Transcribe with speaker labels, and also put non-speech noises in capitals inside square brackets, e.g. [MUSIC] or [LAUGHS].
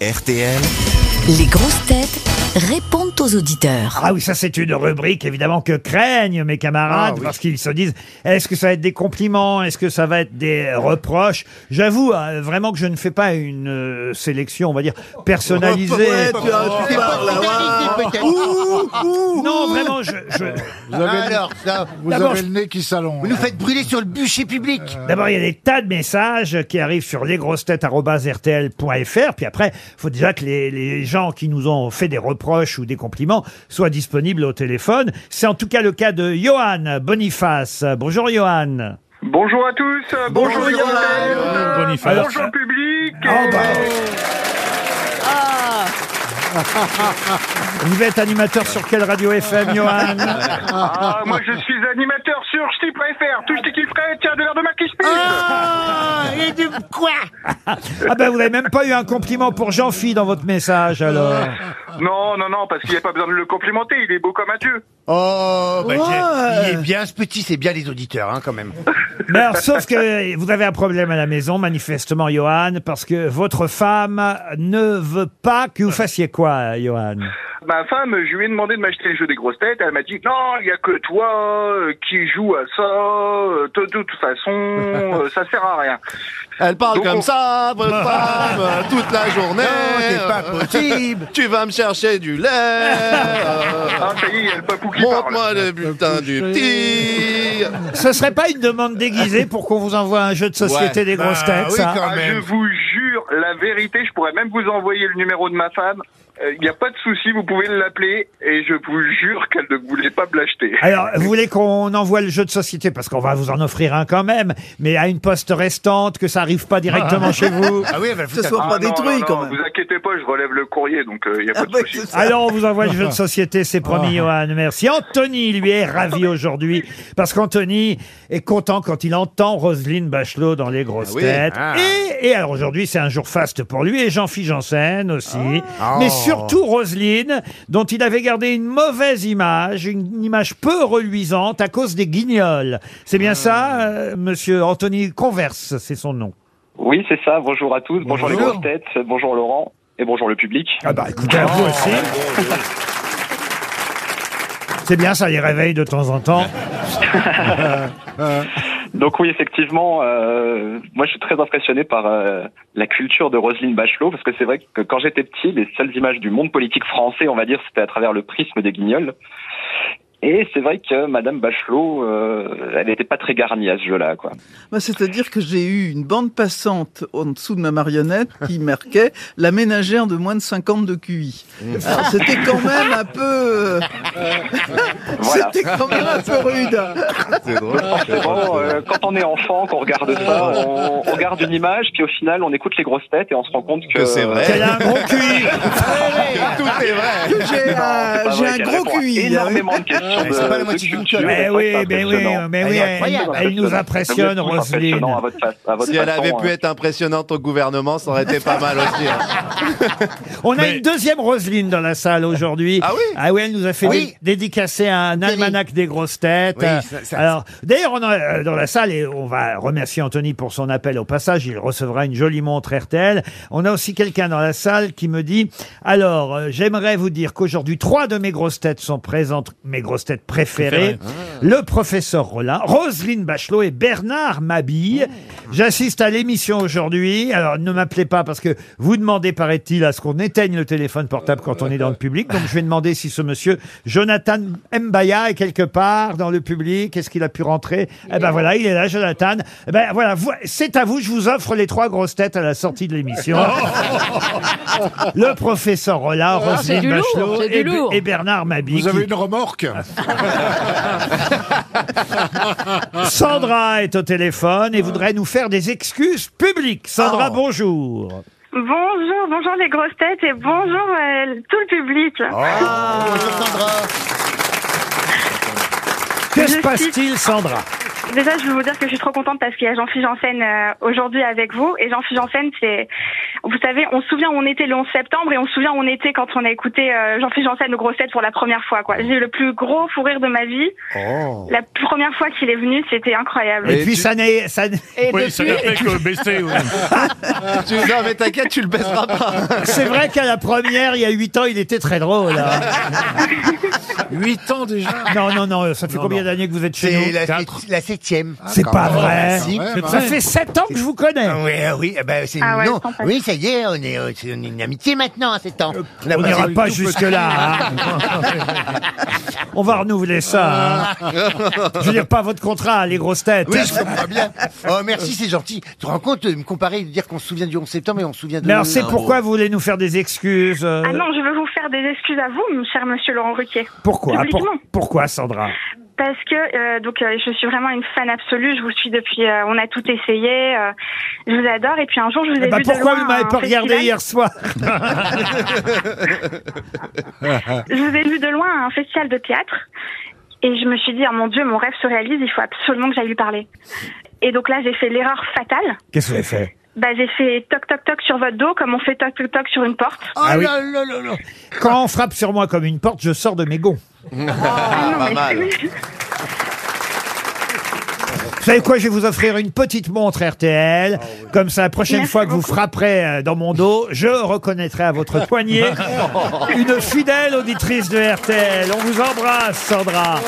Speaker 1: RTL.
Speaker 2: Les grosses têtes répondent aux auditeurs.
Speaker 3: Ah oui, ça c'est une rubrique évidemment que craignent mes camarades parce qu'ils se disent est-ce que ça va être des compliments, est-ce que ça va être des reproches. J'avoue hein, vraiment que je ne fais pas une euh, sélection, on va dire personnalisée. Euh, non, vraiment, je, je-
Speaker 4: Vous avez,
Speaker 5: Ah, Alors, ça,
Speaker 4: vous
Speaker 3: d'abord,
Speaker 4: avez
Speaker 3: je-
Speaker 4: le nez qui s'allonge.
Speaker 5: vous nous faites brûler sur le bûcher public.
Speaker 3: D'abord, il y a des tas de messages qui arrivent sur lesgrossetêtes.rtl.fr. Puis après, faut déjà que les, les gens qui nous ont fait des reproches ou des compliments soient disponibles au téléphone. C'est en tout cas le cas de Johan Boniface. Bonjour Johan.
Speaker 6: Bonjour à tous, euh, bonjour,
Speaker 5: Bonjour,
Speaker 6: Yann,
Speaker 5: Yann.
Speaker 6: euh,
Speaker 7: Boniface.
Speaker 6: bonjour public.
Speaker 3: Ah,
Speaker 6: euh,
Speaker 3: bah. Vous êtes animateur sur quelle radio
Speaker 5: [LAUGHS]
Speaker 3: FM, Johan
Speaker 6: ah, moi je suis animateur sur Ch'ti.fr, tout Ch'ti qui ferait, tiens de l'air de Marc qui se pisse.
Speaker 5: Ah. Oh, et de quoi
Speaker 3: Ah ben vous n'avez même pas eu un compliment pour Jean-Phi dans votre message alors.
Speaker 6: Non, non, non, parce qu'il n'y a pas besoin de le complimenter, il est beau comme un dieu.
Speaker 5: Oh, bah,
Speaker 4: Ouais.
Speaker 5: j'ai- il est bien ce petit, c'est bien les auditeurs, hein, quand même.
Speaker 3: Mais alors, sauf que vous avez un problème à la maison, manifestement, Johan, parce que votre femme ne veut pas que vous fassiez quoi, Johan
Speaker 6: Ma femme, je lui ai demandé de m'acheter le jeu des grosses têtes, elle m'a dit non, il n'y a que toi euh, qui joue à ça, euh, de toute façon, euh, ça sert à rien.
Speaker 4: Elle parle
Speaker 6: Donc,
Speaker 4: comme
Speaker 6: on-
Speaker 4: ça, votre femme, euh, toute la journée.
Speaker 3: Oh,
Speaker 5: c'est pas
Speaker 4: Euh,
Speaker 5: possible.
Speaker 4: Tu vas me chercher du lait. euh,
Speaker 6: Ah, ça y est, il y a le papou qui parle.
Speaker 4: Montre-moi le bulletin du petit.
Speaker 3: Ce serait pas une demande déguisée pour qu'on vous envoie un jeu de société
Speaker 4: Ouais.
Speaker 3: des grosses
Speaker 5: Bah
Speaker 3: têtes,
Speaker 5: oui,
Speaker 3: ça
Speaker 5: quand
Speaker 6: Ah, je
Speaker 5: même.
Speaker 6: vous jure, la vérité, je pourrais même vous envoyer le numéro de ma femme. Euh, Il n'y a pas de souci, vous pouvez l'appeler et je vous jure qu'elle ne voulait pas me l'acheter.
Speaker 3: Alors, vous voulez qu'on envoie le jeu de société, parce qu'on va vous en offrir un quand même, mais à une poste restante, que ça arrive pas directement chez vous
Speaker 5: Ah oui, elle va le foutre à-
Speaker 6: Ah, non, non, non, Vous inquiétez pas, je relève le courrier, donc euh, il n'y a pas de souci.
Speaker 3: Alors, on vous envoie le jeu de société, c'est promis, Johan. Merci. Anthony, lui, est ravi aujourd'hui. Parce qu'Anthony est content quand il entend Roselyne Bachelot dans Les Grosses
Speaker 4: Ah oui,
Speaker 3: Têtes.
Speaker 5: ah.
Speaker 3: Et, et alors, aujourd'hui, c'est un jour faste pour lui et Jean-Philippe Janssen aussi. Mais
Speaker 5: Oh.
Speaker 3: surtout Roselyne, dont il avait gardé une mauvaise image, une image peu reluisante à cause des guignols. C'est bien ça, euh, monsieur Anthony Converse, c'est son nom.
Speaker 8: Oui, c'est ça. Bonjour à tous. Bonjour, les
Speaker 4: Bonjour.
Speaker 8: grosses têtes. Bonjour Laurent. Et bonjour le public.
Speaker 3: Ah bah écoutez, à vous aussi. C'est bien ça, les réveille de temps en temps.
Speaker 8: Donc oui, effectivement, euh, moi je suis très impressionné par euh, la culture de Roselyne Bachelot parce que c'est vrai que quand j'étais petit, les seules images du monde politique français, on va dire, c'était à travers le prisme des Guignols. Et c'est vrai que Madame Bachelot, euh, elle n'était pas très garnie à ce jeu-là, quoi.
Speaker 9: Bah, C'est-à-dire que j'ai eu une bande passante en dessous de ma marionnette qui marquait la ménagère de moins de 50 de QI. Alors, C'était quand même un peu, euh,
Speaker 8: Voilà.
Speaker 9: c'était quand même un peu rude.
Speaker 4: C'est drôle.
Speaker 8: Bon, euh, quand on est enfant, qu'on regarde ça, on, on regarde une image, puis au final, on écoute les grosses têtes et on se rend compte que
Speaker 4: Que c'est vrai.
Speaker 3: Qu'elle a un gros [LAUGHS] cul.
Speaker 4: Tout est vrai.
Speaker 9: Que J'ai un,
Speaker 8: Non, c'est pas
Speaker 9: j'ai
Speaker 8: vrai
Speaker 9: un
Speaker 8: qu'elle
Speaker 9: gros
Speaker 8: répond à
Speaker 9: QI.
Speaker 8: Énormément de questions.
Speaker 4: Ah, c'est
Speaker 8: de-
Speaker 4: pas la
Speaker 8: de
Speaker 4: moitié d'une
Speaker 8: culture,
Speaker 3: Mais
Speaker 8: et ça,
Speaker 3: oui,
Speaker 8: c'est
Speaker 3: mais oui, hein,
Speaker 8: impressionnant.
Speaker 3: mais
Speaker 5: Elle
Speaker 3: oui,
Speaker 5: est
Speaker 3: elle,
Speaker 5: incroyable.
Speaker 3: elle nous impressionne,
Speaker 8: Vous êtes tous
Speaker 3: Roselyne.
Speaker 8: impressionnants à votre face- à votre
Speaker 4: Si elle
Speaker 8: façon,
Speaker 4: avait pu
Speaker 8: hein.
Speaker 4: être impressionnante au gouvernement, ça aurait été pas mal aussi. hein.
Speaker 3: On a une deuxième Roselyne dans la salle aujourd'hui.
Speaker 4: Ah oui
Speaker 3: Ah oui, elle nous a fait
Speaker 5: Oui.
Speaker 3: dé- dédicacer un almanach des grosses têtes.
Speaker 5: Oui,
Speaker 3: Euh,
Speaker 5: ça- ça-
Speaker 3: Alors, d'ailleurs, on a euh, dans la salle, et on va remercier Anthony pour son appel au passage, il recevra une jolie montre RTL. On a aussi quelqu'un dans la salle qui me dit, alors, euh, j'aimerais vous dire qu'aujourd'hui, trois de mes grosses têtes sont présentes, mes grosses têtes
Speaker 7: Préférées.
Speaker 3: préférées. Le professeur Rollin, Roselyne Bachelot et Bernard Mabille. J'assiste à l'émission aujourd'hui. Alors, ne m'appelez pas parce que vous demandez, paraît-il, à ce qu'on éteigne le téléphone portable quand on est dans le public. Donc, je vais demander si ce monsieur Jonathan Mbaya est quelque part dans le public. Est-ce qu'il a pu rentrer Eh ben voilà, il est là, Jonathan. Eh ben voilà, vous- c'est à vous. Je vous offre les trois grosses têtes à la sortie de
Speaker 10: [LAUGHS]
Speaker 3: l'émission. le professeur Rollin, Roselyne
Speaker 10: du lourd,
Speaker 3: Bachelot
Speaker 10: Ah, c'est du
Speaker 3: et,
Speaker 10: lourd.
Speaker 3: et Bernard Mabille.
Speaker 4: Vous
Speaker 3: qui-
Speaker 4: avez une remorque hein.
Speaker 3: Sandra est au téléphone
Speaker 10: Ah.
Speaker 3: et voudrait nous faire des excuses publiques. Sandra,
Speaker 4: Oh.
Speaker 3: bonjour.
Speaker 10: Bonjour, bonjour les grosses têtes et bonjour euh, tout le public.
Speaker 4: Oh. Bonjour Sandra.
Speaker 3: Que se
Speaker 10: suis-
Speaker 3: passe-t-il, Sandra
Speaker 10: Déjà, je veux vous dire que je suis trop contente parce qu'il y a Jean-Philippe Janssen euh, aujourd'hui avec vous. Et Jean-Philippe Janssen, c'est Vous savez, on se souvient où on était le 11 septembre et on se souvient où on était quand on a écouté euh, Jean-Philippe Janssen aux grosses têtes pour la première fois. quoi. J'ai eu le plus gros fou rire de ma vie.
Speaker 4: Oh.
Speaker 10: La première fois qu'il est venu, c'était incroyable.
Speaker 3: Et,
Speaker 4: Et
Speaker 3: puis
Speaker 4: tu-
Speaker 3: ça n'est... ça n'est-
Speaker 1: Et depuis,
Speaker 4: Tu- Non, mais t'inquiète, tu le baisseras pas.
Speaker 3: C'est vrai qu'à la première, il y a 8 ans, il était très drôle. hein.
Speaker 1: 8 ans déjà.
Speaker 3: Non, non, non, ça fait
Speaker 1: Non,
Speaker 3: combien
Speaker 1: non.
Speaker 3: d'années que vous êtes chez
Speaker 5: C'est
Speaker 3: nous
Speaker 5: la,
Speaker 1: quatre.
Speaker 5: sept- la septième.
Speaker 3: Ah, C'est pas vrai.
Speaker 5: Si.
Speaker 1: quand même,
Speaker 3: Ça
Speaker 1: hein.
Speaker 3: fait 7 ans que je vous connais.
Speaker 5: Ah Oui, ah oui, eh ben, c'est
Speaker 10: Ah ouais,
Speaker 5: non.
Speaker 10: sympa.
Speaker 5: Oui, ça y est, on est, euh, c'est- on est une amitié maintenant à 7 ans. On a
Speaker 3: Euh, On
Speaker 5: passé-
Speaker 3: n'ira pas jusque-là. hein. On va renouveler ça. hein. Je veux dire, pas votre contrat, les grosses têtes.
Speaker 5: Oui, je comprends bien. Oh, merci, c'est gentil. Tu te rends compte de me comparer, de dire qu'on se souvient du 11 septembre et on se souvient de. hein.
Speaker 3: Mais alors, c'est pourquoi vous voulez nous faire des excuses euh,
Speaker 10: Ah non, je veux vous faire des excuses à vous, cher monsieur Laurent Ruquier.
Speaker 3: Pourquoi Pour-
Speaker 10: publiquement.
Speaker 3: Pourquoi, Sandra
Speaker 10: Parce que euh, donc euh, je suis vraiment une fan absolue. Je vous suis depuis. euh, on a tout essayé. euh, je vous adore. Et puis un jour, je vous ai
Speaker 3: Eh ben,
Speaker 10: vu
Speaker 3: Pourquoi
Speaker 10: de loin.
Speaker 3: vous ne
Speaker 10: à
Speaker 3: m'avez
Speaker 10: un
Speaker 3: pas regardé
Speaker 10: festival.
Speaker 3: hier soir
Speaker 10: Je vous ai vu de loin à un festival de théâtre. Et je me suis dit, ah mon Dieu, mon rêve se réalise. Il faut absolument que j'aille lui parler. Et donc là, j'ai fait l'erreur fatale.
Speaker 3: Qu'est-ce que vous avez fait
Speaker 10: Bah, j'ai fait toc toc toc sur votre dos, comme on fait toc toc toc sur une porte.
Speaker 5: Oh
Speaker 3: Ah oui.
Speaker 5: là là là là.
Speaker 3: Quand on frappe sur moi comme une porte, je sors de mes gonds.
Speaker 4: Ah, pas mal.
Speaker 3: Vous savez quoi Je vais vous offrir une petite montre RTL. Comme ça, la prochaine
Speaker 10: Merci
Speaker 3: fois que vous frapperez euh, dans mon dos, je reconnaîtrai à votre poignet une fidèle auditrice de RTL. On vous embrasse, Sandra.